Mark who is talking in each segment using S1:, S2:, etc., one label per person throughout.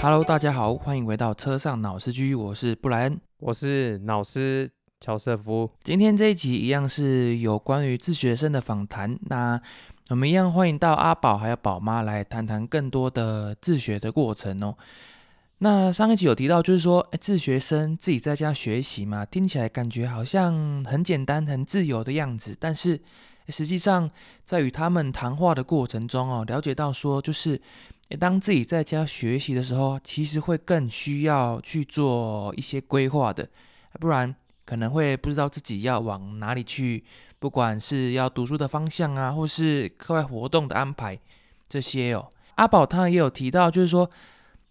S1: Hello，大家好，欢迎回到车上脑师居，我是布莱恩。
S2: 我是老师乔瑟夫。
S1: 今天这一集一样是有关于自学生的访谈，那我们一样欢迎到阿宝还有宝妈来谈谈更多的自学的过程哦。那上一集有提到，就是说，哎，自学生自己在家学习嘛，听起来感觉好像很简单、很自由的样子，但是 诶实际上在与他们谈话的过程中哦，了解到说，就是诶当自己在家学习的时候，其实会更需要去做一些规划的，不然可能会不知道自己要往哪里去，不管是要读书的方向啊，或是课外活动的安排这些哦。阿宝他也有提到，就是说，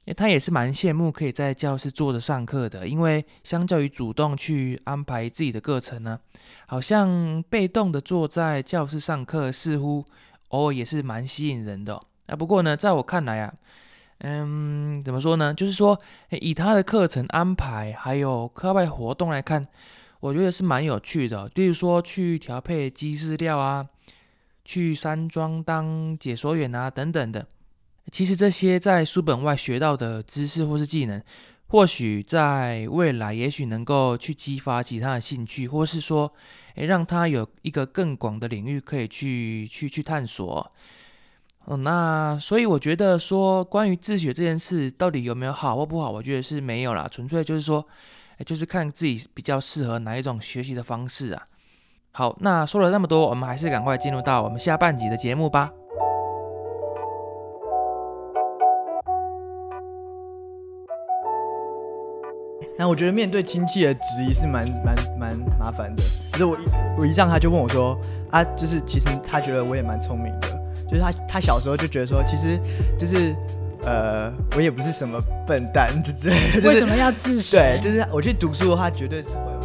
S1: 诶他也是蛮羡慕可以在教室坐着上课的，因为相较于主动去安排自己的课程呢、好像被动的坐在教室上课，似乎偶尔也是蛮吸引人的哦、啊，不过呢，在我看来啊，嗯，怎么说呢？就是说，诶以他的课程安排还有课外活动来看，我觉得是蛮有趣的哦、例如说，去调配鸡饲料啊，去山庄当解说员啊，等等的。其实这些在书本外学到的知识或是技能，或许在未来也许能够去激发其他的兴趣，或是说，诶，让他有一个更广的领域可以去去去探索哦、哦，那所以我觉得说，关于自学这件事到底有没有好或不好，我觉得是没有啦，纯粹就是说，哎就是看自己比较适合哪一种学习的方式啊。好，那说了那么多，我们还是赶快进入到我们下半集的节目吧。
S3: 那我觉得面对亲戚的质疑是蛮蛮蛮麻烦的。可是我一我一上他就问我说啊，就是其实他觉得我也蛮聪明的，就是他他小时候就觉得说，其实就是呃我也不是什么笨蛋，就之类 的。就是
S4: 为什么要自学？
S3: 对，就是我去读书的话，绝对是会有。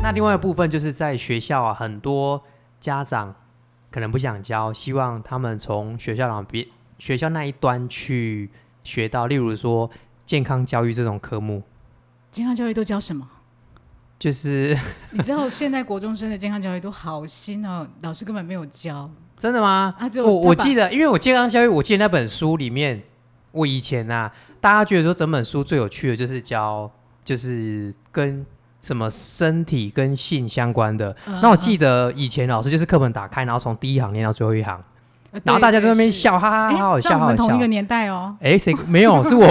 S2: 那另外一部分就是在学校啊，很多家长可能不想教，希望他们从学校那边学校那一端去学到，例如说健康教育这种科目，
S4: 健康教育都教什么？
S2: 就是
S4: 你知道现在国中生的健康教育都好新哦，老师根本没有教。
S2: 真的吗？
S4: 啊只有
S2: 我
S4: 他
S2: 我
S4: 把
S2: 记得，因为我健康教育，我记得那本书里面，我以前啊，大家觉得说整本书最有趣的就是教，就是跟什么身体跟性相关的。
S4: 嗯
S2: 那我记
S4: 得，
S2: 得以前老师就是课本打开，然后从第一行念到最后一行，
S4: 呃
S2: 然后大家在那边，
S4: 对
S2: 笑，哈哈哈
S4: 对
S2: 哈，
S4: 是
S2: 好好
S4: 诶在
S2: 笑，
S4: 我
S2: 好好
S4: 们同一个
S2: 笑。
S4: 年代哦。
S2: 哎，谁没有？是 我。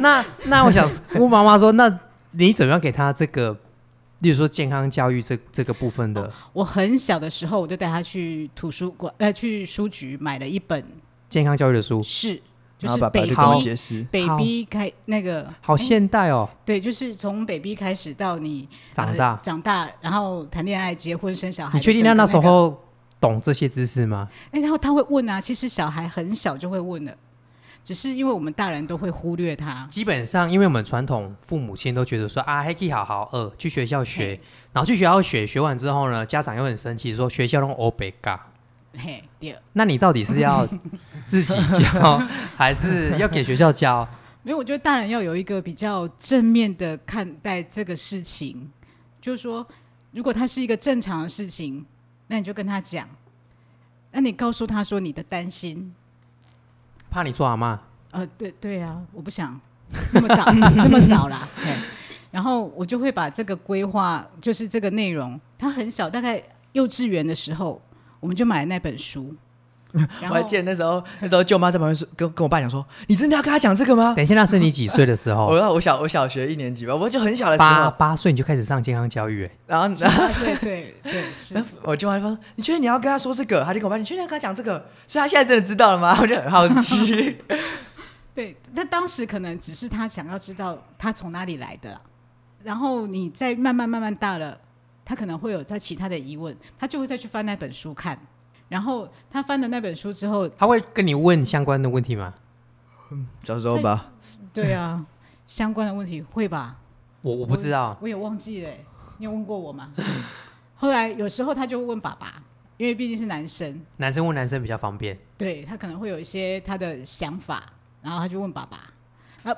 S2: 那那我想问妈妈说，那你怎么样给他这个，例如说健康教育这这个部分的
S4: 我很小的时候，我就带他去图书馆，呃，去书局买了一本
S2: 健康教育的书？
S4: 是，就
S3: 然后
S4: 是
S3: 爸爸
S4: 北
S3: 就
S4: 逼
S3: 跟我解释，
S4: 北
S2: 好
S4: 逼开那个
S2: 好
S4: 诶
S2: 现代哦，
S4: 对，就是从北逼开始到你
S2: 长
S4: 呃
S2: 大。
S4: 长大，然后谈恋爱、结婚、生小孩的
S2: 你确定
S4: 整
S2: 他
S4: 个
S2: 那
S4: 个
S2: 时候懂这些知识吗？
S4: 哎、然后他会问啊，其实小孩很小就会问了，只是因为我们大人都会忽略他。
S2: 基本上，因为我们传统父母亲都觉得说啊，黑 key 好好呃，去学校学，然后去学校学，学完之后呢，家长又很生气，说学校用欧北嘎。
S4: 嘿，第二，
S2: 那你到底是要自己 教，还是要给学校教？
S4: 没有，我觉得大人要有一个比较正面的看待这个事情，就是说，如果它是一个正常的事情，那你就跟他讲，那你告诉他说你的担心，
S2: 怕你做阿妈，
S4: 呃，对对啊，我不想那么早，那么早啦。嘿然后我就会把这个规划，就是这个内容，它很小，大概幼稚园的时候，我们就买了那 本书。然
S3: 我
S4: 后
S3: 还记得那时候那时候舅妈在旁边说跟跟我爸讲说，你真的要跟他讲这个吗？
S2: 等一下，那是你几岁的时
S4: 哦
S2: 候？
S3: 我我小我小学一年级吧，我就很小的时
S2: 八
S3: 候，
S2: 八岁你就开始上健康教育、欸，
S3: 然后
S4: 是
S3: 然后。
S4: 啊对对 对，是
S3: 然后哎我舅妈就说：“你确定你要跟他说这个？”他就跟我爸：“你确定要跟他讲这个？”所以他现在真的知道了吗？我 就很好奇。
S4: 对。那当时可能只是他想要知道他从哪里来的啦，然后你再慢慢慢慢大了，他可能会有在其他的疑问，他就会再去翻那本书看。然后他翻了那本书之后，
S2: 他会跟你问相关的问题吗？
S3: 小时候吧，
S4: 对啊，相关的问题会吧？
S2: 我我不知道，
S4: 我也忘记了欸，你有问过我吗？ 后来有时候他就问爸爸，因为毕竟是男生，
S2: 男生问男生比较方便。
S4: 对他可能会有一些他的想法，然后他就问爸爸。那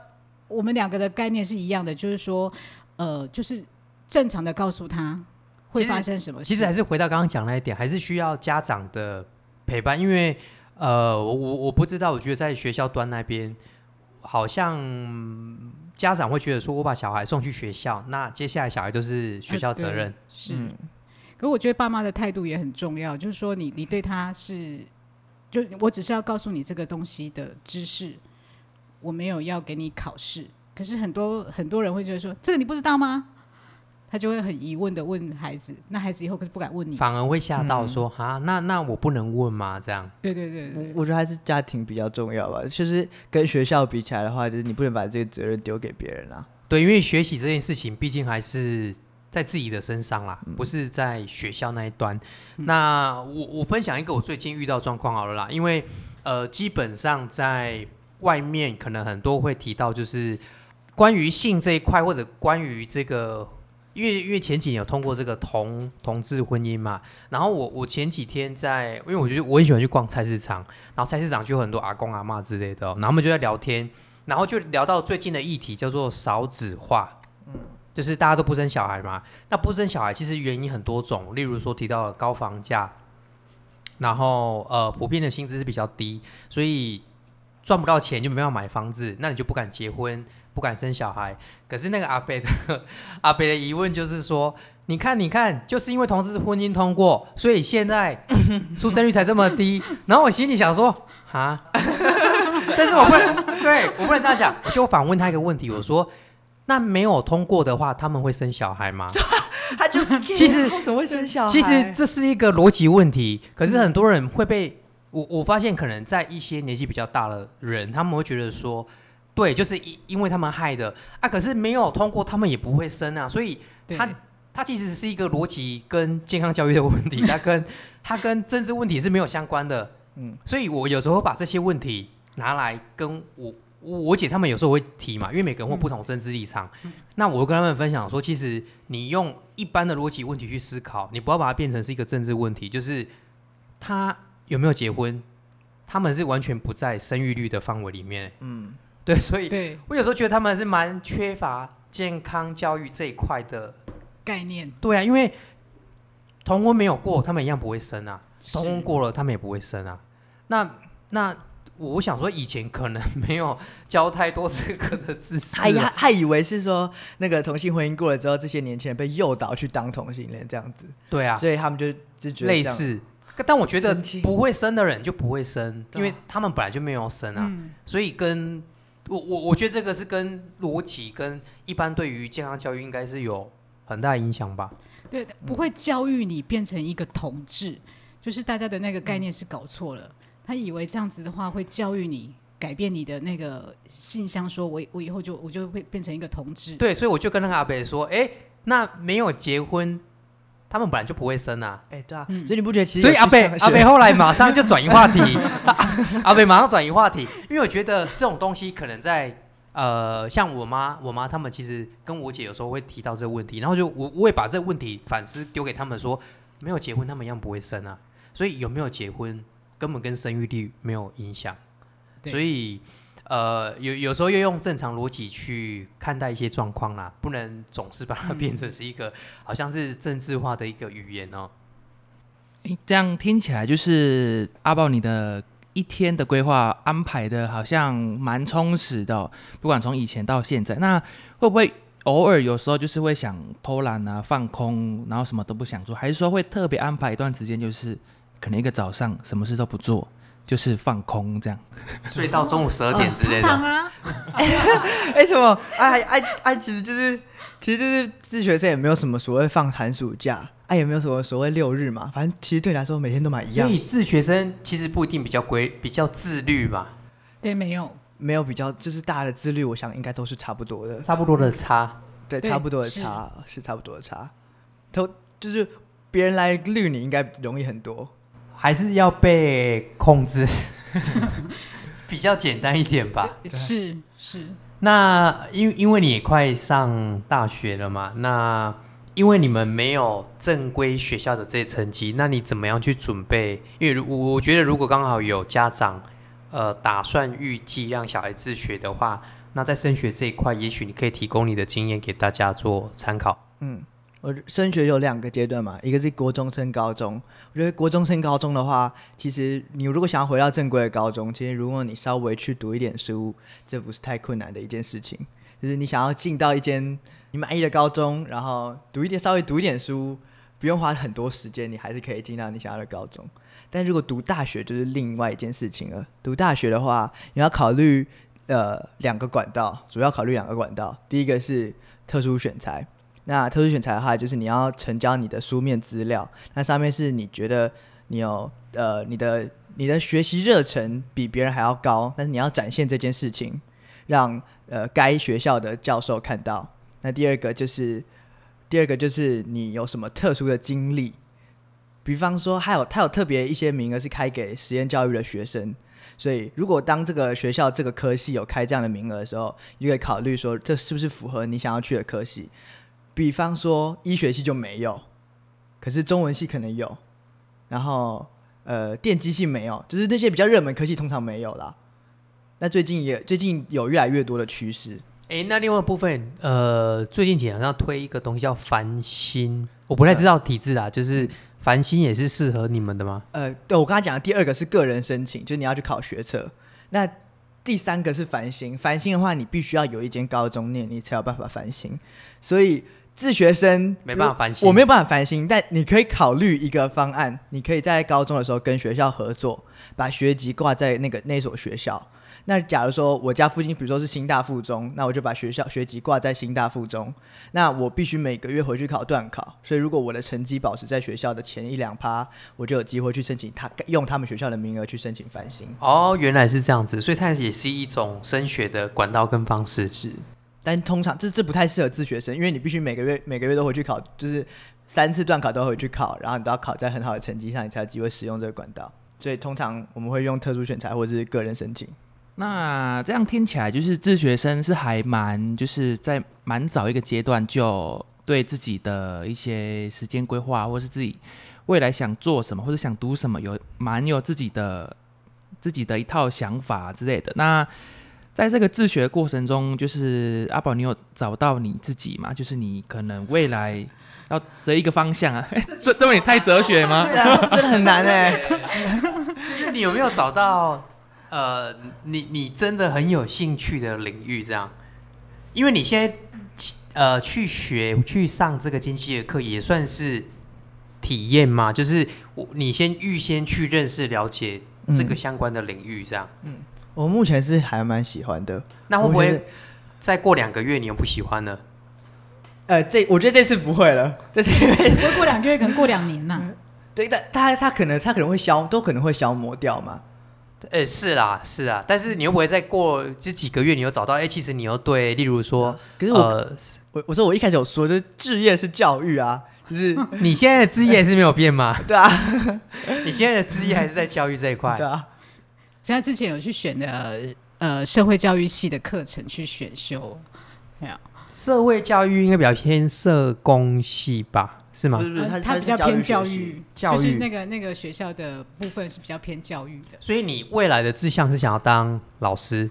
S4: 我们两个的概念是一样的，就是说，呃，就是正常的告诉他会
S2: 其实
S4: 发生什么事。
S2: 其实还是回到刚刚讲那一点，还是需要家长的陪伴，因为呃，我我我不知道，我觉得在学校端那边，好像嗯家长会觉得说，我把小孩送去学校，那接下来小孩就是学
S4: 呃
S2: 校责任。
S4: 是，
S3: 嗯
S4: 可我觉得爸妈的态度也很重要，就是说你你对他是，就我只是要告诉你这个东西的知识，我没有要给你考试。可是很多很多人会觉得说，这个你不知道吗？他就会很疑问的问孩子，那孩子以后可是不敢问你。
S2: 反而会吓到说哈、那那我不能问吗？这样
S4: 对对对对，
S3: 我我觉得还是家庭比较重要吧，就是跟学校比起来的话，就是你不能把这个责任丢给别人啊。
S2: 对，因为学习这件事情，毕竟还是在自己的身上啦，不是在学校那一端。那我我分享一个我最近遇到的状况好了啦，因为呃，基本上在外面可能很多会提到，就是关于性这一块，或者关于这个，因为因为前几年有通过这个同同志婚姻嘛，然后我我前几天在，因为我觉得我很喜欢去逛菜市场，然后菜市场就有很多阿公阿嬷之类的哦、然后我们就在聊天，然后就聊到最近的议题叫做少子化，就是大家都不生小孩嘛。那不生小孩其实原因很多种，例如说提到了高房价，然后呃普遍的薪资是比较低，所以赚不到钱就没办法买房子，那你就不敢结婚，不敢生小孩。可是那个阿北的 阿北的疑问就是说。你看，你看，就是因为同志婚姻通过，所以现在出生率才这么低。然后我心里想说，啊， 但是我 不能，对我不能这样想。我就反问他一个问题，我说：“那没有通过的话，他们会生小孩吗
S3: 他就
S2: 其实
S3: 为什么会生小？”孩？
S2: 其实这是一个逻辑问题，可是很多人会被我我发现，可能在一些年纪比较大的人，他们会觉得说，对，就是因因为他们害的啊，可是没有通过，他们也不会生啊，所以
S4: 对
S2: 他它其实是一个逻辑跟健康教育的问题， 它跟它跟政治问题是没有相关的。嗯
S3: 嗯，
S2: 所以我有时候会把这些问题拿来跟我我姐他们有时候会提嘛，因为每个人会有不同政治立场。那我会跟他们分享说，其实你用一般的逻辑问题去思考，你不要把它变成是一个政治问题，就是他有没有结婚，他们是完全不在生育率的范围里面。嗯，对，所以
S4: 对
S2: 我有时候觉得他们是蛮缺乏健康教育这一块的
S4: 概念
S2: 对啊，因为同婚没有过，他们一样不会生啊；
S4: 是
S2: 同婚过了，他们也不会生啊。那那我想说，以前可能没有教太多这个的知识啊、
S3: 他以他以为是说那个同性婚姻过了之后，这些年轻人被诱导去当同性恋这样子，
S2: 对啊，
S3: 所以他们就就觉得
S2: 类
S3: 这样
S2: 似。但我觉得
S3: 神经
S2: 不会生的人就不会生，
S3: 对
S2: 因
S3: 啊
S2: 为他们本来就没有生啊。
S4: 嗯，
S2: 所以跟我我我觉得这个是跟逻辑跟一般对于健康教育应该是有很大影响吧。
S4: 对，不会教育你变成一个同志，就是大家的那个概念是搞错了。他以为这样子的话会教育你改变你的那个性向，说我我以后就我就会变成一个同志。
S2: 对，所以我就跟那个阿北说，哎、那没有结婚，他们本来就不会生啊。
S3: 哎、对啊，
S4: 嗯
S3: 所以你不觉得其实
S2: 所以
S3: 有
S2: 阿
S3: 去
S2: 北
S3: 上学
S2: 阿北后来马上就转移话 题， 阿北马上转移话题，因为我觉得这种东西可能在呃，像我妈我妈他们其实跟我姐有时候会提到这个问题，然后就我我也把这个问题反思丢给他们说，没有结婚他们一样不会生啊，所以有没有结婚根本跟生育率没有影响，
S4: 对
S2: 所以。呃，有有时候要用正常逻辑去看待一些状况啦，不能总是把它变成是一个、好像是政治化的一个语言哦、
S1: 诶这样听起来就是阿豹，你的一天的规划安排的好像蛮充实的哦、不管从以前到现在，那会不会偶尔有时候就是会想偷懒啊、放空，然后什么都不想做，还是说会特别安排一段时间，就是可能一个早上什么事都不做，就是放空这样？
S2: 睡到中午十二点之类的。
S4: 常常啊，
S3: 哎、什么？哎哎哎，其实就是，其实就是自学生也没有什么所谓放寒暑假，哎、也没有什么所谓六日嘛，反正其实对你来说每天都蛮一
S2: 所
S3: 样，
S2: 以自学生其实不一定比较规，比较自律嘛，
S4: 对，没有，
S3: 没有比较就是大家的自律，我想应该都是差不多的，
S2: 差不多的差。
S3: 对，
S4: 对
S3: 差不多的
S4: 是
S3: 差是差不多的差，都就是别人来绿你应该容易很多，
S2: 还是要被控制， 比较简单一点吧。
S4: 是是，
S2: 那因因为你也快上大学了嘛，那因为你们没有正规学校的这成绩，那你怎么样去准备？因为如我我觉得如果刚好有家长呃打算预计让小孩自学的话，那在升学这一块，也许你可以提供你的经验给大家做参考。
S3: 嗯，我升学有两个阶段嘛，一个是国中升高中。我觉得国中升高中的话，其实你如果想要回到正规的高中，其实如果你稍微去读一点书，这不是太困难的一件事情。就是你想要进到一间你满意的高中，然后读一点稍微读一点书，不用花很多时间，你还是可以进到你想要的高中。但如果读大学就是另外一件事情了。读大学的话，你要考虑呃两个管道，主要考虑两个管道。第一个是特殊选材，那特殊选材的话，就是你要成交你的书面资料，那上面是你觉得你有呃你的你的学习热忱比别人还要高，但是你要展现这件事情，让呃该学校的教授看到。那第二个就是第二个就是你有什么特殊的经历，比方说，还有它有特别一些名额是开给实验教育的学生，所以如果当这个学校这个科系有开这样的名额的时候，你就可以考虑说这是不是符合你想要去的科系。比方说医学系就没有，可是中文系可能有，然后呃电机系没有，就是那些比较热门科系通常没有啦。那最近也最近有越来越多的趋势，
S2: 诶，那另外一部分，呃，最近几年好像推一个东西叫繁星，我不太知道体制啦，就是繁星也是适合你们的吗？
S3: 呃，对我刚才讲的第二个是个人申请，就是你要去考学测。那第三个是繁星，繁星的话，你必须要有一间高中念，你才有办法繁星。所以自学生
S2: 没办法
S3: 如
S2: 繁星
S3: 我没有办法繁星，但你可以考虑一个方案，你可以在高中的时候跟学校合作，把学籍挂在那个那所学校。那假如说我家附近，比如说是新大附中，那我就把学校学籍挂在新大附中。那我必须每个月回去考段考，所以如果我的成绩保持在学校的前一两趴，我就有机会去申请他用他们学校的名额去申请繁星。
S2: 哦，原来是这样子，所以它也是一种升学的管道跟方式。
S3: 是，但通常这这不太适合自学生，因为你必须每个月每个月都回去考，就是三次段考都回去考，然后你都要考在很好的成绩上，你才有机会使用这个管道。所以通常我们会用特殊选材或者是个人申请。
S1: 那这样听起来，就是自学生是还蛮，就是在蛮早一个阶段就对自己的一些时间规划，或是自己未来想做什么，或者想读什么，有蛮有自己的自己的一套想法之类的。那在这个自学过程中，就是阿宝，你有找到你自己吗？就是你可能未来要择一个方向啊？ 这这问题太哲学吗？
S3: 对啊，真的很难哎、
S2: 就是你有没有找到呃，你你真的很有兴趣的领域？这样，因为你现在呃去学去上这个经济的课，也算是体验嘛，就是我你先预先去认识了解这个相关的领域，这样，
S3: 我目前是还蛮喜欢的，
S2: 那会不
S3: 我觉
S2: 会
S3: 得
S2: 再过两个月你又不喜欢了？
S3: 呃，这我觉得这次不会了，这次因为
S4: 不会过两个月，可能过两年呐、
S3: 对，但他他可能他可能会消，都可能会消磨掉嘛。
S2: 呃，是啦，是啦，但是你又不会再过这几个月，你又找到，哎、其实你又对，例如说，
S3: 可是我、
S2: 呃，
S3: 我我说我一开始有说，就是置业是教育啊，就是
S2: 你现在的职业是没有变 吗？
S3: 对啊，
S2: 你现在的职业还是在教育这一块
S3: 对？啊，
S4: 所以他之前有去选的呃社会教育系的课程去选修，
S2: 社会教育应该比较偏社工系吧？是吗
S3: 不？是不是，
S4: 呃
S3: 他
S4: 他
S3: 是
S4: 比较
S3: 育
S4: 偏教
S3: 学习
S4: 育，
S2: 教
S4: 就是
S2: 育
S4: 那个那个学校的部分是比较偏教育的。
S2: 所以你未来的志向是想要当老师？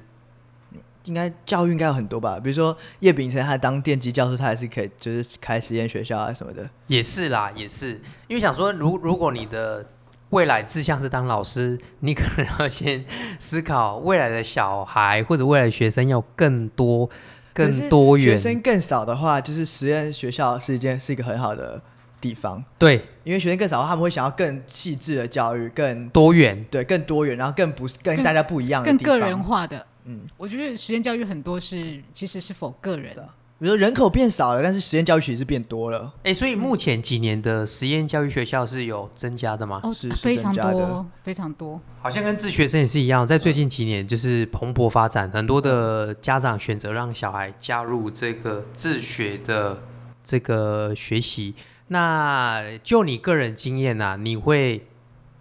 S3: 应该教育应该有很多吧，比如说叶秉成他当电机教授，他还是可以就是开实验学校啊什么的。
S2: 也是啦，也是，因为想说，如如果你的未来志向是当老师，你可能要先思考未来的小孩或者未来的学生要更多、
S3: 可
S2: 更
S3: 是
S2: 多
S3: 学
S2: 元。
S3: 生更少的话，就是实验学校是一件是一个很好的地方，
S2: 对，
S3: 因为学生更少，他们会想要更细致的教育，更
S2: 多元。
S3: 对更多元，然后更不跟
S4: 更
S3: 大家不一样的
S4: 更
S3: 地方。
S4: 个人化的。
S3: 嗯，
S4: 我觉得实验教育很多是其实是否个人
S3: 对，啊比如说人口变少了，但是实验教育其实变多了。
S2: 哎，所以目前几年的实验教育学校是有增加的吗？
S4: 哦
S3: 是是
S4: 非常
S3: 增加的
S4: 多非常多。
S2: 好像跟自学生也是一样，在
S3: 嗯
S2: 最近几年就是蓬勃发展，很多的家长选择让小孩加入这个自学的这个学习。那就你个人经验啊，你会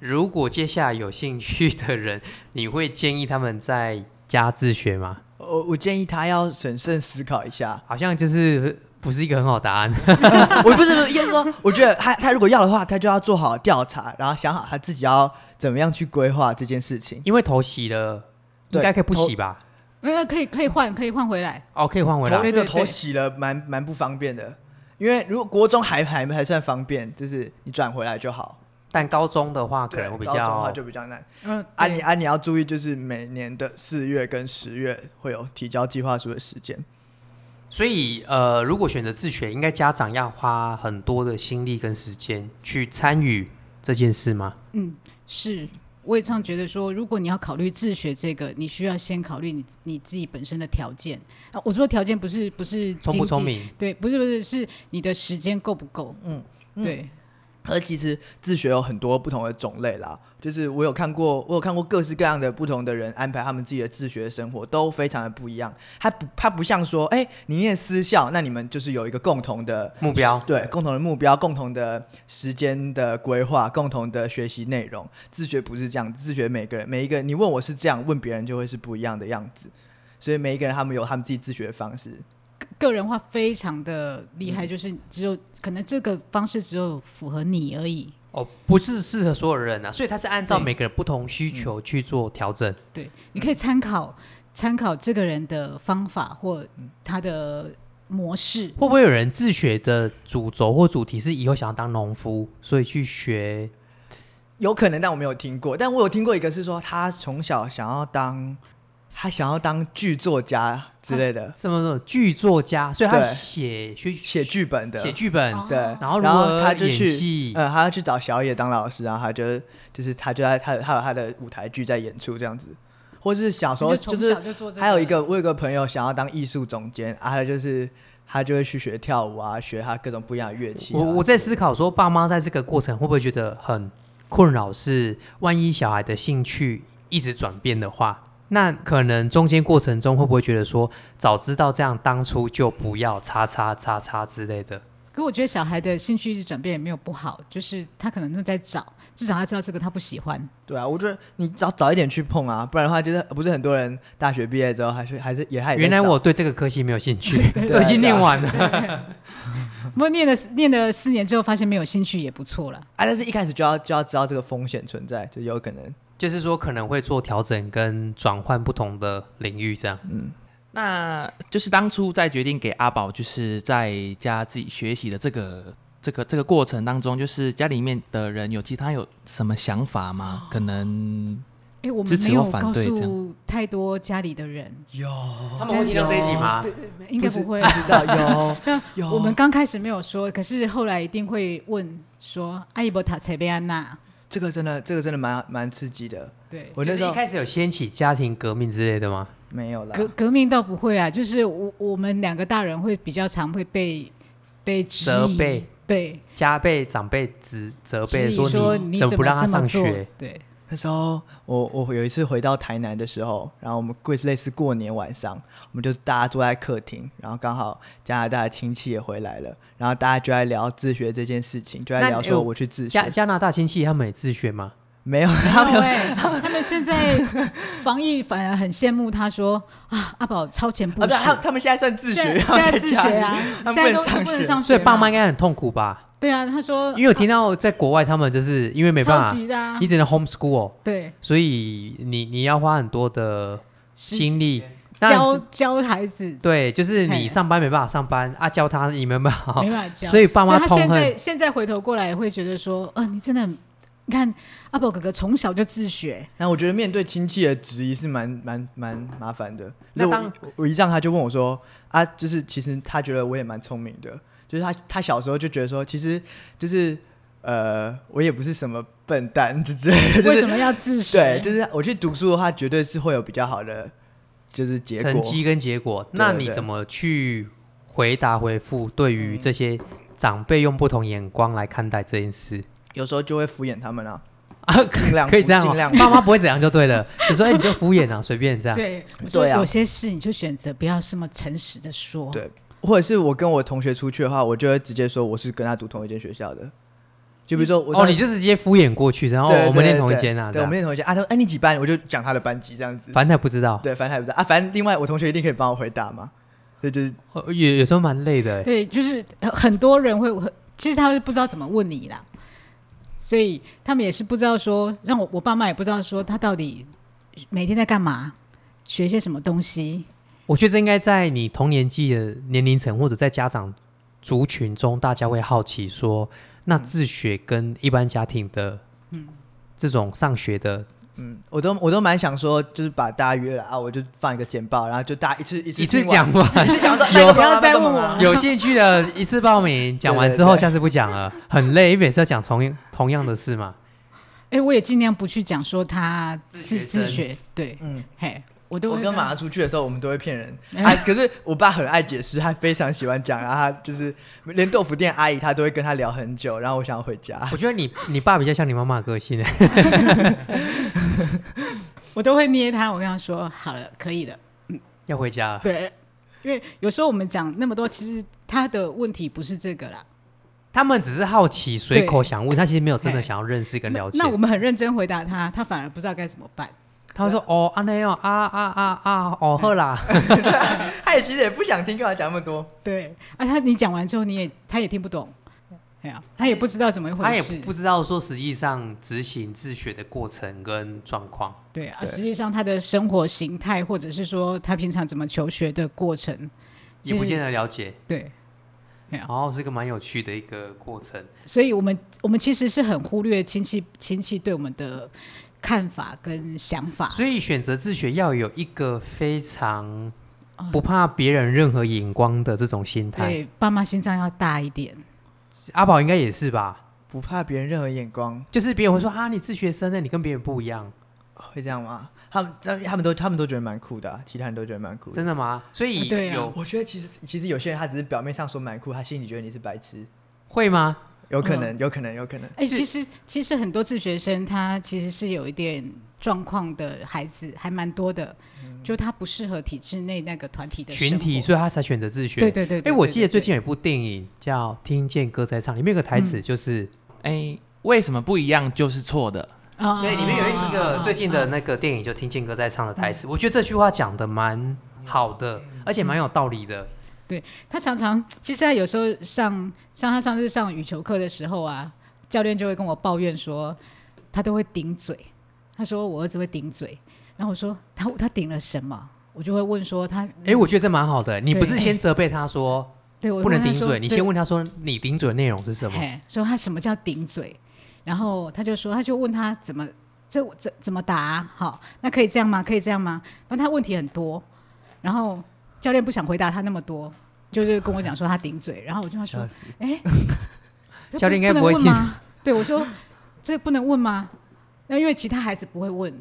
S2: 如果接下来有兴趣的人，你会建议他们在家自学吗？
S3: 我我建议他要审慎思考一下。
S2: 好像就是不是一个很好答案。
S3: 我不是不是应该说，我觉得他他如果要的话，他就要做好调查，然后想好他自己要怎么样去规划这件事情。
S2: 因为头洗了，应
S3: 对
S2: 该可以不
S3: 头
S2: 洗吧？
S4: 呃那、可以可以换可以换回来，
S2: 哦，可以换回
S3: 头
S2: 来。
S4: 对
S3: 那个
S4: 对
S3: 头
S4: 对
S3: 洗了蛮蛮不方便的，因为如果国中还还还算方便，就是你转回来就好。
S2: 但高中的话可能会比
S3: 对高中的话
S2: 较
S3: 就比较难。
S4: 嗯，
S3: 啊
S4: 对
S3: 你啊你要注意，就是每年的四月跟十月会有提交计划书的时间。
S2: 所以，呃，如果选择自学，应该家长要花很多的心力跟时间去参与这件事吗？
S4: 嗯，是，我也常觉得说，如果你要考虑自学这个，你需要先考虑你你自己本身的条件。啊，我说条件不是不是
S2: 聪不
S4: 经济
S2: 聪？明？
S4: 对，不是不是，是你的时间够不够？
S3: 嗯，嗯
S4: 对，
S3: 而其实自学有很多不同的种类啦，就是我有看过，我有看过各式各样的不同的人安排他们自己的自学生活，都非常的不一样。它不，它不像说，哎、你念私校，那你们就是有一个共同的
S2: 目标
S3: 对，共同的目标、共同的时间的规划、共同的学习内容。自学不是这样，自学每个人每一个人，你问我是这样，问别人就会是不一样的样子。所以每一个人他们有他们自己自学的方式。
S4: 个人化非常的厉害，就是只有可能这个方式只有符合你而已。
S2: 哦，不是适合所有人啊，所以他是按照
S4: 对
S2: 每个人不同需求去做调整。
S3: 嗯
S4: 对，你可以参考参考这个人的方法或他的模式。
S2: 会不会有人自学的主轴或主题是以后想要当农夫，所以去学？
S3: 有可能，但我没有听过。但我有听过一个是说，他从小想要当，他想要当剧作家之类的，
S2: 这么说，剧作家，所以他
S3: 对
S2: 写去
S3: 写剧本的。
S2: 写剧本，
S4: 哦
S3: 嗯对，
S2: 然后如
S3: 然
S2: 何
S3: 后他就
S2: 演
S3: 去，
S2: 戏，
S3: 呃，他要去找小野当老师，然啊后他就就是他就在他有他有他的舞台剧在演出这样子，或是小时候
S4: 你
S3: 就
S4: 从
S3: 是
S4: 小就做这
S3: 还有一个，我有个朋友想要当艺术总监，啊，他就是他就会去学跳舞啊，学他各种不一样的乐器、啊。
S2: 我我在思考说，爸妈在这个过程会不会觉得很困扰？是万一小孩的兴趣一直转变的话，那可能中间过程中会不会觉得说，早知道这样，当初就不要叉叉叉叉之类的？
S4: 可我觉得小孩的兴趣一直转变也没有不好，就是他可能正在找，至少他知道这个他不喜欢。
S3: 对啊，我觉得你早早一点去碰啊，不然的话就是不是很多人大学毕业之后还是还是也还
S2: 原来我对这个科系没有兴趣，
S3: 哎对
S2: 都已经念完了。
S4: 不过念了念了四年之后，发现没有兴趣也不错了。
S3: 啊，但是一开始就要就要知道这个风险存在，就有可能
S2: 就是说可能会做调整跟转换不同的领域，这样。
S1: 那就是当初在决定给阿宝就是在家自己学习的这个这个这个过程当中，就是家里面的人有其他有什么想法吗？可能
S4: 哎，我
S1: 支
S4: 们
S1: 持
S4: 没有
S1: 或反
S4: 告
S1: 对这
S4: 诉太多家里的人，
S3: 有
S2: 他们会听到这一集吗？
S4: 应该不会
S3: 不。知啊哦道有 有
S4: 我们刚开始没有说，可是后来一定会问说：“阿姨伯塔才贝安娜。
S3: 这个真的这个真的蛮蛮刺激的，”
S4: 啊对，
S3: 我
S2: 就
S3: 那
S2: 是
S3: 时
S2: 一
S3: 候
S2: 开始有掀起家庭革命之类的吗？
S3: 没有啦，
S4: 革革命倒不会啊，就是我我们两个大人会比较常会被被质
S2: 责
S4: 疑，
S2: 备
S4: 对，
S2: 家被长辈指责
S4: 质
S2: 备
S4: 疑
S2: 说
S4: 说
S2: 你怎
S4: 怎么
S2: 么不让他
S4: 这么
S2: 上
S4: 做
S2: 学？？
S4: 对，
S3: 那时候我我有一次回到台南的时候，然后我们贵类似过年晚上，我们就大家坐在客厅，然后刚好加拿大的亲戚也回来了，然后大家就在聊自学这件事情，就在
S2: 那
S3: 聊
S2: 你
S3: 说
S2: 有
S3: 我去自
S2: 加
S3: 学，
S2: 加拿大亲戚他们也自学吗？
S3: 没 有，
S4: 他们、他们现在防疫反而很羡慕他说啊，阿宝超前部
S3: 啊，
S4: 署，
S3: 对，他他们现在算自学，
S4: 现在
S3: 然后
S4: 现在自
S3: 家里
S4: 学啊，
S3: 他
S4: 现
S3: 们
S4: 在
S3: 不能上
S4: 都不
S3: 学
S4: 能上学嘛，啊
S2: 所以爸妈应该很痛苦吧？
S4: 对啊，他说
S2: 因为我听到在国外他们就是因为没
S4: 超
S2: 办法，
S4: 级的、啊
S2: 你，只能 homeschool，哦
S4: 对，
S2: 所以你你要花很多的心力
S4: 教
S2: 但
S4: 教孩子
S2: 对，就是
S4: 嘿
S2: 你上班没办法上班啊，教他你没办法
S4: 没，办法教，
S2: 哦 所以爸妈
S4: 他
S2: 痛
S4: 现在
S2: 恨。
S4: 现在回头过来会觉得说，啊，你真的很，你看阿宝哥哥从小就自学，
S3: 那我觉得面对亲戚的质疑是蛮蛮蛮麻烦的。
S2: 那
S3: 就我
S2: 当
S3: 一我一让他就问我说啊，就是其实他觉得我也蛮聪明的，就是他他小时候就觉得说，其实就是呃，我也不是什么笨蛋，就之类的， 就
S4: 为
S3: 是
S4: 什么要自学？
S3: 对，就是我去读书的话，绝对是会有比较好的就是结
S2: 成
S3: 果。
S2: 绩跟结果，
S3: 对
S2: 那
S3: 对
S2: 你
S3: 对
S2: 怎么去回答回复？对于
S4: 嗯
S2: 这些长辈用不同眼光来看待这件事
S3: 有时候就会敷衍他们啊，
S2: 啊，
S3: 尽 量
S2: 可以这样、
S3: 尽
S2: 哦
S3: 量，
S2: 爸妈不会怎样就对了。你说哎，你就敷衍啊，随便这样。
S4: 对，我说
S3: 对啊
S4: 有些事你就选择不要这么诚实的说。
S3: 对或者是我跟我同学出去的话，我就会直接说我是跟他读同一间学校的。就比如说我上
S2: 哦，你就直接敷衍过去，然后
S3: 对
S2: 哦我们
S3: 对
S2: 念同一
S3: 对
S2: 间啊，这
S3: 对，我
S2: 样
S3: 们念同一间啊。他说：“哎，你几班？”我就讲他的班级这样子。
S2: 反正他也不知道，
S3: 对，反正还不知道啊。反正另外我同学一定可以帮我回答嘛。对，就是
S2: 哦有有时候蛮累的欸。
S4: 对，就是呃很多人会，其实他会不知道怎么问你啦，所以他们也是不知道说，让我我爸妈也不知道说他到底每天在干嘛，学些什么东西。
S2: 我觉得这应该在你同年纪的年龄层，或者在家长族群中，大家会好奇说，
S3: 嗯
S2: 那自学跟一般家庭的，
S4: 嗯
S2: 这种上学的
S3: 嗯，我都我都蛮想说，就是把大家约了啊，我就放一个简报，然后就大家一次一次
S2: 一次
S3: 听完
S2: 讲完，
S3: 一次讲到
S2: 有
S3: 那个嘛
S4: 不要再
S3: 那个嘛
S4: 问我
S2: 有兴趣的一次报名，讲完之后下次不讲了，很累，因为每次要讲同同样的事 嘛。
S4: 哎，我也尽量不去讲说他
S2: 自
S4: 自
S2: 学
S4: 自
S2: 生
S4: 学，对，
S3: 嗯，
S4: 嘿，我都
S3: 我
S4: 会
S3: 跟
S4: 让
S3: 马儿出去的时候，我们都会骗人。
S4: 嗯
S3: 啊，可是我爸很爱解释，他非常喜欢讲，然后他就是连豆腐店阿姨，他都会跟他聊很久。然后我想要回家，
S2: 我觉得你你爸比较像你妈妈的个性，欸
S4: 我都会捏他，我跟他说好了，可以了，
S2: 要回家了。
S4: 对，因为有时候我们讲那么多，其实他的问题不是这个啦，
S2: 他们只是好奇，随口想问，他其实没有真的
S4: 哎
S2: 想要认识跟了
S4: 那
S2: 解。
S4: 那我们很认真回答他，他反而不知道该怎么办。
S2: 他会说哦，安内哦，啊啊啊啊，
S4: 嗯
S2: 哦呵啦，
S3: 他也其实也不想听，干嘛讲那么多？
S4: 对啊，他你讲完之后，你也他也听不懂，哎呀、他也不知道怎么一
S2: 他也
S4: 回事啊
S2: 不，知道说实际上执行自学的过程跟状况。
S4: 对啊，
S3: 对
S4: 实际上他的生活形态，或者是说他平常怎么求学的过程，
S2: 也不
S4: 其实
S2: 见得了解，
S4: 对，
S2: 然后是个蛮有趣的一个过程。
S4: 所以我们我们其实是很忽略亲戚亲戚对我们的看法跟想法，
S2: 所以选择自学要有一个非常不怕别人任何眼光的这种心态。
S4: 哦对，爸妈心脏要大一点，
S2: 阿宝应该也是吧？
S3: 不怕别人任何眼光，
S2: 就是别人会说啊，你自学生呢，你跟别人不一样，
S3: 会这样吗？他们他们他们都他们都觉得蛮酷的啊、其他人都觉得蛮酷的
S2: 真。的吗？所以
S4: 啊对啊
S2: 有
S3: 我觉得其实其实有些人他只是表面上说蛮酷，他心里觉得你是白痴，
S2: 会吗？
S3: 有可能，有可能，有可能。
S4: 哎、
S2: 是
S4: 其实其实很多自学生他其实是有一点状况的孩子，还蛮多的，
S2: 嗯
S4: 就他不适合体制内那个团体的
S2: 群
S4: 生
S2: 体，
S4: 活
S2: 所以他才选择自学。
S4: 对对对
S2: 哎，
S4: 对
S2: 我
S4: 对
S2: 记得
S4: 对
S2: 最近有一部电影叫《听见歌在唱》，里面有个台
S4: 嗯
S2: 词就是，
S1: 哎，为什么不一样就是错的？
S4: 啊嗯
S2: 对，里面有一个最近的那个电影就《听见歌在唱》的台词，我觉得这句话讲的蛮好的，而且蛮有道理的。
S4: 他常常，其实他有时候上像他上次上羽球课的时候啊，教练就会跟我抱怨说，他都会顶嘴。他说我儿子会顶嘴，然后我说他他顶了什么？我就会问说他，
S2: 哎，我觉得这蛮好的，你不是
S4: 嗯对
S2: 先责备他说
S4: 对我
S2: 不能
S4: 问他
S2: 顶
S4: 说
S2: 嘴，你
S4: 对
S2: 先问他说你顶嘴的内容是什么？
S4: 嘿，说他什么叫顶嘴，然后他就说，他就问他怎么这这怎么答、好，那可以这样吗？可以这样吗？反正他问题很多，然后教练不想回答他那么多，就是跟我讲说他顶嘴，然后我就跟他说
S3: 笑，
S4: 哎，这
S2: 教练应该
S4: 能
S2: 不会
S4: 问
S2: 听
S4: 吗？对我说，这不能问吗？那因为其他孩子不会问，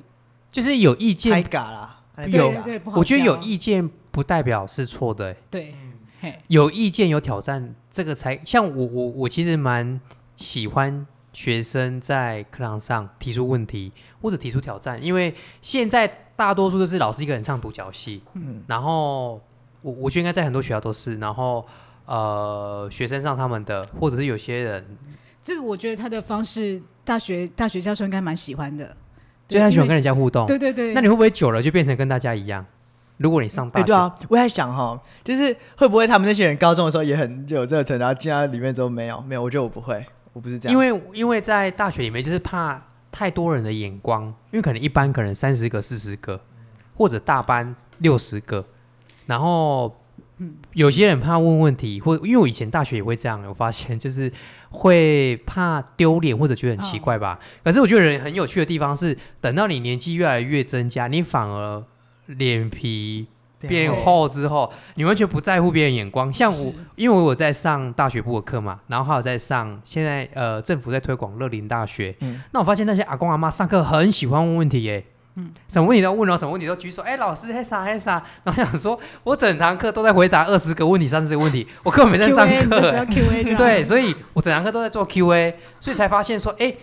S2: 就是有意
S3: 太
S2: 见，
S3: 嘎啦，
S4: 对
S2: 有
S4: 对对，不好
S2: 我觉得
S4: 教
S2: 有意见不代表是错的、欸
S4: 对，嘿，
S2: 有意见有挑战，这个才像我我我其实蛮喜欢学生在课堂上提出问题或者提出挑战，因为现在大多数都是老师一个人唱独角戏，嗯，然后我我觉得应该在很多学校都是，然后呃学生上他们的，或者是有些人，
S4: 这个我觉得他的方式，大学大学教授应该蛮喜欢的，
S2: 所以
S4: 对
S2: 他
S4: 因
S2: 喜欢
S4: 为
S2: 跟人家互动，
S4: 对对对，
S2: 那你会不会久了就变成跟大家一样？如果你上大
S3: 哎、
S2: 学，
S3: 对啊，我在想哈，就是会不会他们那些人高中的时候也很有热忱，然后进到里面之后没有，没有，我觉得我不会，我不是这样，
S2: 因
S3: 为
S2: 为因为在大学里面就是怕太多人的眼光，因为可能一班可能三十个、四十个，或者大班六十个，然后有些人怕问问题，或因为我以前大学也会这样，我发现就是会怕丢脸或者觉得很奇怪
S3: 嗯
S2: 吧。可是我觉得人很有趣的地方是，等到你年纪越来越增加，你反而脸皮
S3: 啊
S2: 变厚之后，你完全不在乎别人眼光。像我
S4: 是，
S2: 因为我在上大学部的课嘛，然后还有在上现在呃政府在推广乐龄大学，
S3: 嗯
S2: 那我发现那些阿公阿妈上课很喜欢问问题耶、
S4: 嗯
S2: 什么问题都问哦，什么问题都举手。哎、老师，嘿啥嘿啥， 然后我想说，我整堂课都在回答二十个问题、三十个问题，我根本没在
S4: Q
S2: 上
S4: A 你
S2: 课、哎
S4: 就只要 Q A
S2: 对，所以我整堂课都在做 Q&A，所以才发现说，哎、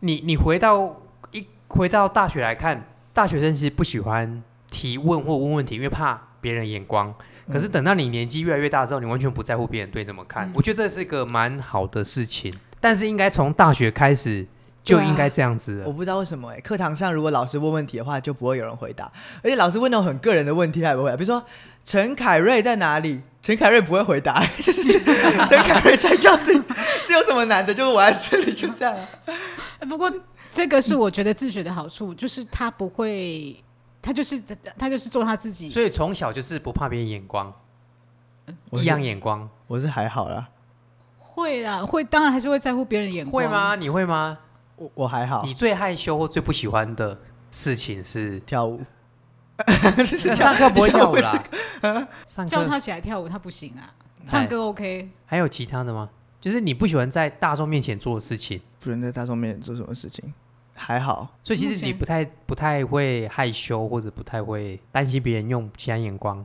S2: 你你回到一回到大学来看，大学生其实不喜欢提问或问问题，因为怕别人眼光。可是等到你年纪越来越大之后，你完全不在乎别人对你怎么看，我觉得这是一个蛮好的事情。但是应该从大学开始就
S3: 对啊
S2: 应该这样子了。
S3: 我不知道为什么哎、课堂上如果老师问问题的话，就不会有人回答，而且老师问那种很个人的问题，他也不会回答，比如说陈凯瑞在哪里，陈凯瑞不会回答， 就是陈凯瑞在教室，这有什么难的？就是我在这里就这样、啊，
S4: 呃不过这个是我觉得自学的好处，就是他不会，他就是他就是做他自己。
S2: 所以从小就是不怕别人眼光，
S3: 我
S2: 异
S3: 是
S2: 样眼光。
S3: 我是还好啦，
S4: 会啦，会当然还是会在乎别人的眼光。
S2: 会？吗？你会吗？
S3: 我我还好
S2: 你，最害羞或最不喜欢的事情是
S3: 跳舞。
S2: 那上课不会跳舞 啦。上
S4: 叫
S2: 课
S4: 他起来跳舞，他不行啊。
S2: 哎
S4: 唱歌 OK，
S2: 还有其他的吗？就是你不喜欢在大众面前做的事情，
S3: 不能在大众面前做什么事情，还好。
S2: 所以其
S4: 目
S2: 实你
S4: 前
S2: 不太不太会害羞，或者不太会担心别人用其他眼光。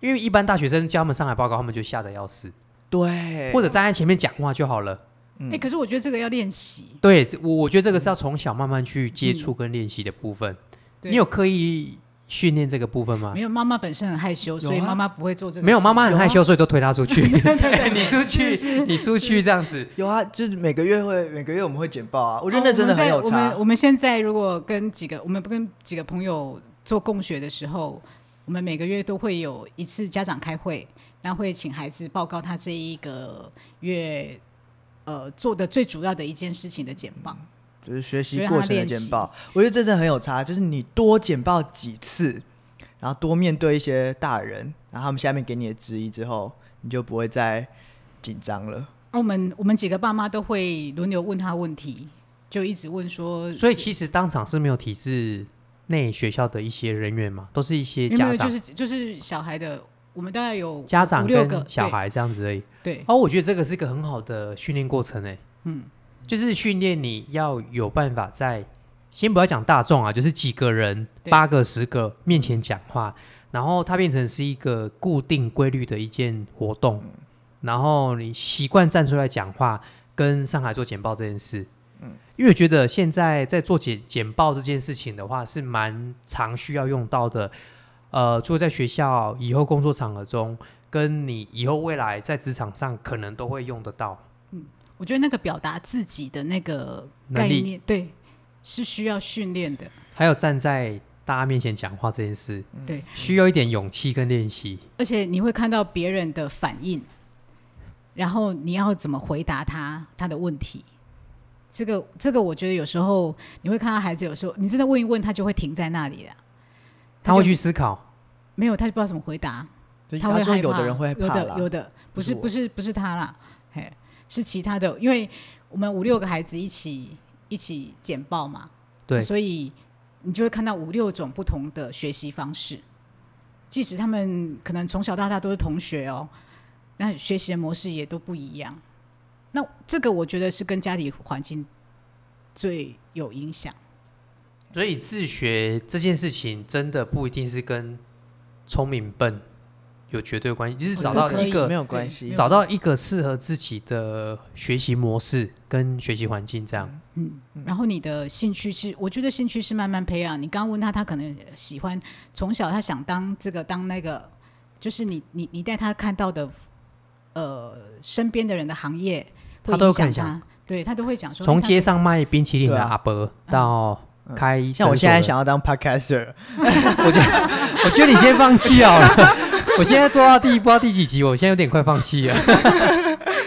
S2: 因为一般大学生叫他们上海报告，他们就吓得要死，
S3: 对，
S2: 或者站在前面讲话就好了。
S4: 哎、可是我觉得这个要练习。
S2: 对，这我我觉得这个是要从小慢慢去接触跟练习的部分。
S4: 对
S2: 你有刻意训练这个部分吗
S4: 没？有妈妈本身很害羞，所以
S3: 有啊
S4: 妈妈不会做这个事。啊
S2: 没有，妈妈很害羞，所以都推她出 去。 你出
S4: 是
S2: 去，你出去这样子。
S3: 有啊，就是每个月会每个月我们会简报啊，我
S4: 我
S3: 觉得那真的很有
S4: 哦我
S3: 差
S4: 们。我们现在如果跟几个我们跟几个朋友做共学的时候，我们每个月都会有一次家长开会，然后会请孩子报告他这一个月呃做的最主要的一件事情的简报。
S3: 就是学习过程
S4: 就
S3: 的
S4: 让他
S3: 简报，我觉得这真的很有差。就是你多简报几次，然后多面对一些大人，然后他们下面给你的质疑之后，你就不会再紧张了。
S4: 那我们我们几个爸妈都会轮流问他问题，就一直问说，
S2: 所以其实当场是没有体制内学校的一些人员嘛，都是一些
S4: 有没
S2: 家
S4: 有
S2: 长、
S4: 就是就是小孩的，我们大概有
S2: 家长
S4: 五六个
S2: 跟小，孩这样子而已。
S4: 对对
S2: 哦，我觉得这个是一个很好的训练过程诶，欸
S4: 嗯，
S2: 就是训练你要有办法在，先不要讲大众啊，就是几个人、
S4: 对
S2: 八个、十个面前讲话，然后它变成是一个固定规律的一件活动，
S4: 嗯
S2: 然后你习惯站出来讲话，跟上海做简报这件事。
S4: 嗯
S2: 因为我觉得现在在做简简报这件事情的话，是蛮常需要用到的。呃，除了在学校以后工作场合中，跟你以后未来在职场上可能都会用得到。
S4: 我觉得那个表达自己的那个
S2: 能
S4: 概
S2: 力
S4: 念，对，是需要训练的。
S2: 还有站在大家面前讲话这件事，
S3: 嗯
S4: 对，
S2: 需要一点勇气跟练习。
S4: 而且你会看到别人的反应，然后你要怎么回答他他的问题。这个这个，我觉得有时候你会看到孩子，有时候你真的问一问，他就会停在那里了。
S2: 他会去思考，
S4: 没有，他就不知道怎么回答，
S3: 所以
S4: 他会
S3: 说
S4: 害
S3: 有
S4: 怕
S3: 的人会
S4: 有
S3: 怕啦
S4: 的，有的不是
S3: 不
S4: 不是不是他啦，嘿，是其他的，因为我们五六个孩子一起一起简报嘛，
S2: 对，
S4: 所以你就会看到五六种不同的学习方式。即使他们可能从小到大都是同学哦，那学习的模式也都不一样。那这个我觉得是跟家里环境最有影响。
S2: 所以自学这件事情真的不一定是跟聪明笨有绝对关系，就是
S4: 我
S2: 找
S4: 觉得
S2: 到
S4: 可
S2: 一
S4: 以
S2: 个
S3: 没有
S4: 对
S3: 关系
S4: 没有。
S2: 找到一个适合自己的学习模式跟学习环境，这样
S4: 嗯，然后你的兴趣是，我觉得兴趣是慢慢培养。你刚刚问他，他可能喜欢从小他想当这个当那个，就是你你你带他看到的，呃，身边的人的行业，会
S2: 他都有
S4: 影
S2: 可能
S4: 响
S2: 想
S4: 他，对他都会想说，
S2: 从
S4: 哎他
S2: 街上卖冰淇淋
S3: 嗯对
S2: 的
S3: 啊
S2: 阿伯到
S3: 嗯
S2: 开
S3: 像我
S2: 诊所
S3: 现在
S2: 的
S3: 想要当 podcaster，
S2: 我觉得你先放弃好了。我现在做到第不知道第几集，我现在有点快放弃了。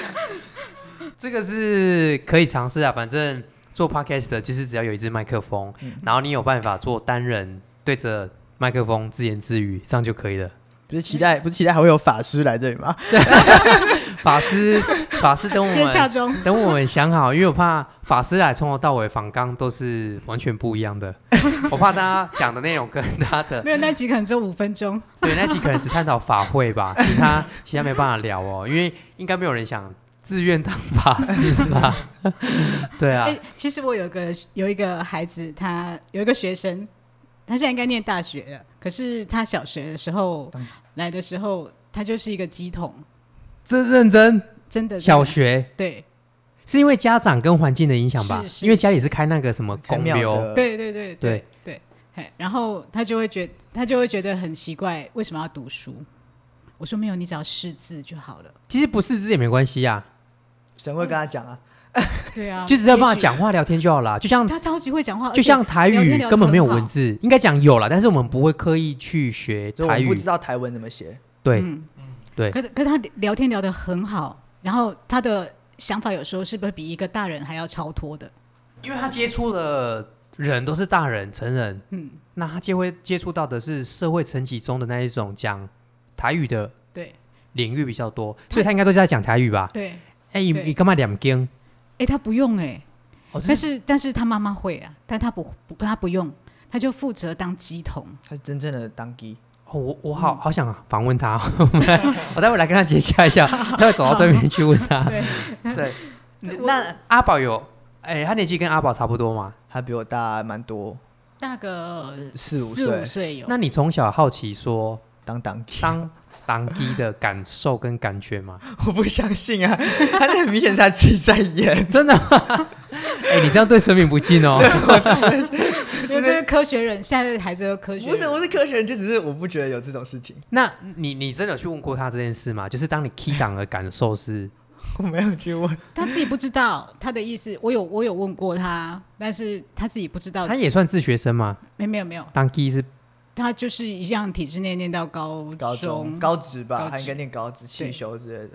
S2: 这个是可以尝试啊，反正做 podcast 的就是只要有一支麦克风，然后你有办法做单人对着麦克风自言自语，这样就可以了。
S3: 不是期待，不是期待还会有法师来这里吗？
S2: 法师，法师等我
S4: 接洽
S2: 们
S4: 中。
S2: 等我们想好，因为我怕法师来从头到尾访纲都是完全不一样的， 我怕大家讲的内容跟他的
S4: 没有那集可能只有五分钟，
S2: 对，那集可能只探讨法会吧，其他其他没办法聊哦，因为应该没有人想自愿当法师吧？ 对啊
S4: 哎、，其实我有个有一个孩子，他有一个学生，他现在应该念大学了，可是他小学的时候
S3: 当
S4: 来的时候，他就是一个鸡桶，
S2: 这认真
S4: 真的
S2: 小学
S4: 对
S2: 是因为家长跟环境的影响吧
S4: 是？是
S2: 因为家里是开那个什么
S3: 开
S2: 公
S3: 庙
S2: 流，
S3: 的，
S4: 对对对
S2: 对
S4: 对，嘿，然后他就会觉他就会觉得很奇怪，为什么要读书？我说没有，你只要识字就好了。
S2: 其实不识字也没关系啊，
S3: 神会跟他讲啊，
S4: 对啊，
S2: 就只要帮他
S4: 也许，
S2: 讲话聊天就好啦。就像
S4: 他超级会讲话，而
S2: 就
S4: 且
S2: 像台
S4: 聊
S2: 语
S4: 天聊得
S2: 根本没有
S4: 很好
S2: 文字，应该讲有啦，但是我们不会刻意去学
S3: 所以我
S2: 台
S3: 们不
S2: 语
S3: 知。道台文怎么写。
S2: 对，
S4: 嗯
S2: 对
S4: 可是可是他聊天聊得很好，然后他的想法有时候是不是比一个大人还要超脱的？
S2: 因为他接触的人都是大人、成人，
S4: 嗯，
S2: 那他就会接触到的是社会层级中的那一种讲台语的
S4: 对
S2: 领域比较多，所以他应该都是在讲台语吧？
S4: 对，
S2: 哎，你
S4: 对
S2: 你干嘛两根？
S4: 哎，他不用哎、
S2: 哦，这
S4: 但
S2: 是
S4: 是但是他妈妈会啊，但他不不他不用，他就负责当鸡童。
S3: 他是真正的当机，
S2: 哦我我好好想访问他哦， 我待会来跟他接洽一下，待会走到对面去问他。
S4: 对
S2: 对，
S4: 我
S2: 那阿宝有，哎，他年纪跟阿宝差不多嘛？
S3: 他比我大蛮多，
S4: 大个
S3: 四五
S4: 五
S3: 岁
S4: 岁有。
S2: 那你从小好奇说
S3: 当当机。
S2: 当当机的感受跟感觉吗？
S3: 我不相信啊，他那很明显是他自己在演，
S2: 真的吗？ 哎，你这样对生命不敬哦。
S4: 因为这是科学人，现在的孩子都科学人。
S3: 不是，我是科学人，就只是我不觉得有这种事情，
S2: 那你你真的有去问过他这件事吗？就是当你 key 档的感受是，
S3: 我没有去问。
S4: 他自己不知道他的意思。 我有我有问过他，但是他自己不知
S3: 哦
S4: 道
S2: 他。也算自学生吗？
S4: 没没有没有，
S2: 当 key 是
S4: 他就是一样体制内念到高
S3: 高中、高职
S4: 高
S3: 吧，
S4: 职
S3: 他应该念高职、汽修之类的。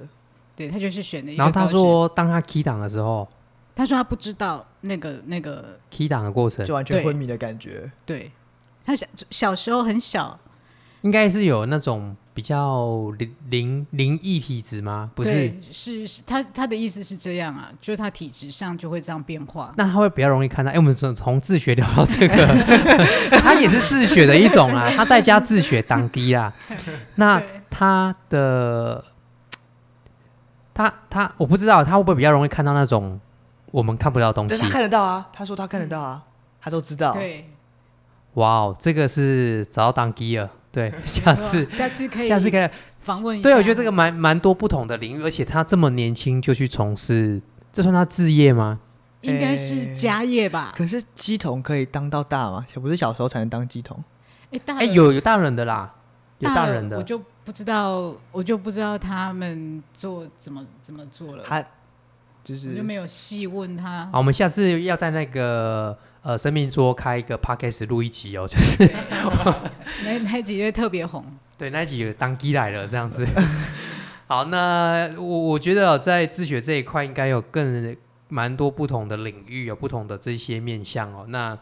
S4: 对他就是选的。
S2: 然后他，说，当他 key 档的时候
S4: 他说他不知道那个那个，
S2: ，key 档的过程
S3: 就完全
S4: 对
S3: 昏迷的感觉。
S4: 对他小小时候很小，
S2: 应该是有那种比较灵灵灵异体质吗？不是，
S4: 对是是他他的意思是这样啊，就是他体质上就会这样变化。
S2: 那他会比较容易看到。哎、我们从从自学聊到这 个，他也是自学的一种啦，他在家自学当机 啦。那
S4: 对
S2: 他的他他我不知道他会不会比较容易看到那种我们看不到的东
S3: 但
S2: 西
S3: 他。看得到啊，他说他看得到啊，他都知道。
S4: 对，
S2: 哇哦，这个是找到当机了。 对，下次
S4: 下次可以
S2: 下次可以。
S4: 访问一下。
S2: 对，我觉得这个蛮蛮多不同的领域，而且他这么年轻就去从事，这算他置业吗？
S4: 应该
S3: 哎
S4: 是家业吧？
S3: 可是鸡童可以当到大吗？小不是小时候才能当鸡童？
S4: 哎，大
S2: 哎、
S4: 人
S2: 有有大人的啦，有大
S4: 了
S2: 人的
S4: 我。就不知道，我就不知道他们做怎么怎么做了，
S3: 他就
S4: 我就是没有细问他。
S2: 好，我们下次要在那个呃生命桌开一个 podcast 录一集哦，就是
S4: 那那一集就特别红，
S2: 对那一集有当机来了这样子。 好，那我我觉得哦在自学这一块应该有更蛮多不同的领域，有不同的这些面向哦。那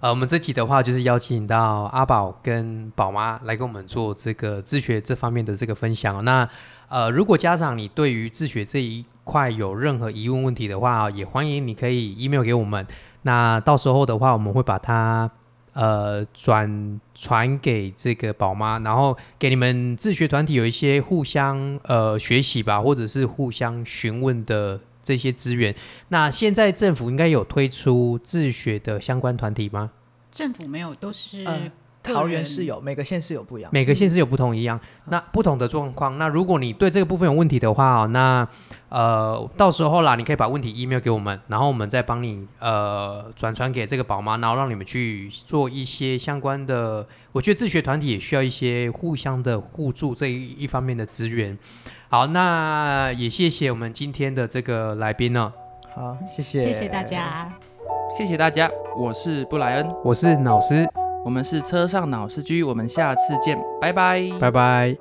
S2: 呃，我们这集的话就是邀请到阿宝跟宝妈来跟我们做这个自学这方面的这个分享哦、那呃，如果家长你对于自学这一块有任何疑问问题的话哦、也欢迎你可以 email 给我们。那到时候的话，我们会把它呃转传给这个宝妈，然后给你们自学团体有一些互相呃学习吧，或者是互相询问的这些资源。那现在政府应该有推出自学的相关团体吗？
S4: 政府没有，都是
S3: 呃
S4: 个
S3: 桃园
S4: 人
S3: 是有，每个县市有不一样。
S2: 每个县市有不同一样，那不同的状况。那如果你对这个部分有问题的话、哦，那呃，到时候啦，你可以把问题 email 给我们，然后我们再帮你呃转传给这个宝妈，然后让你们去做一些相关的。我觉得自学团体也需要一些互相的互助这一一方面的资源。好，那也谢谢我们今天的这个来宾哦呢、
S3: 好，谢谢，
S4: 谢谢大。家。
S1: 谢谢大家，我是布莱恩，
S2: 我是老师，
S1: 我们是车上脑师居，我们下次见，拜拜。
S2: 拜拜。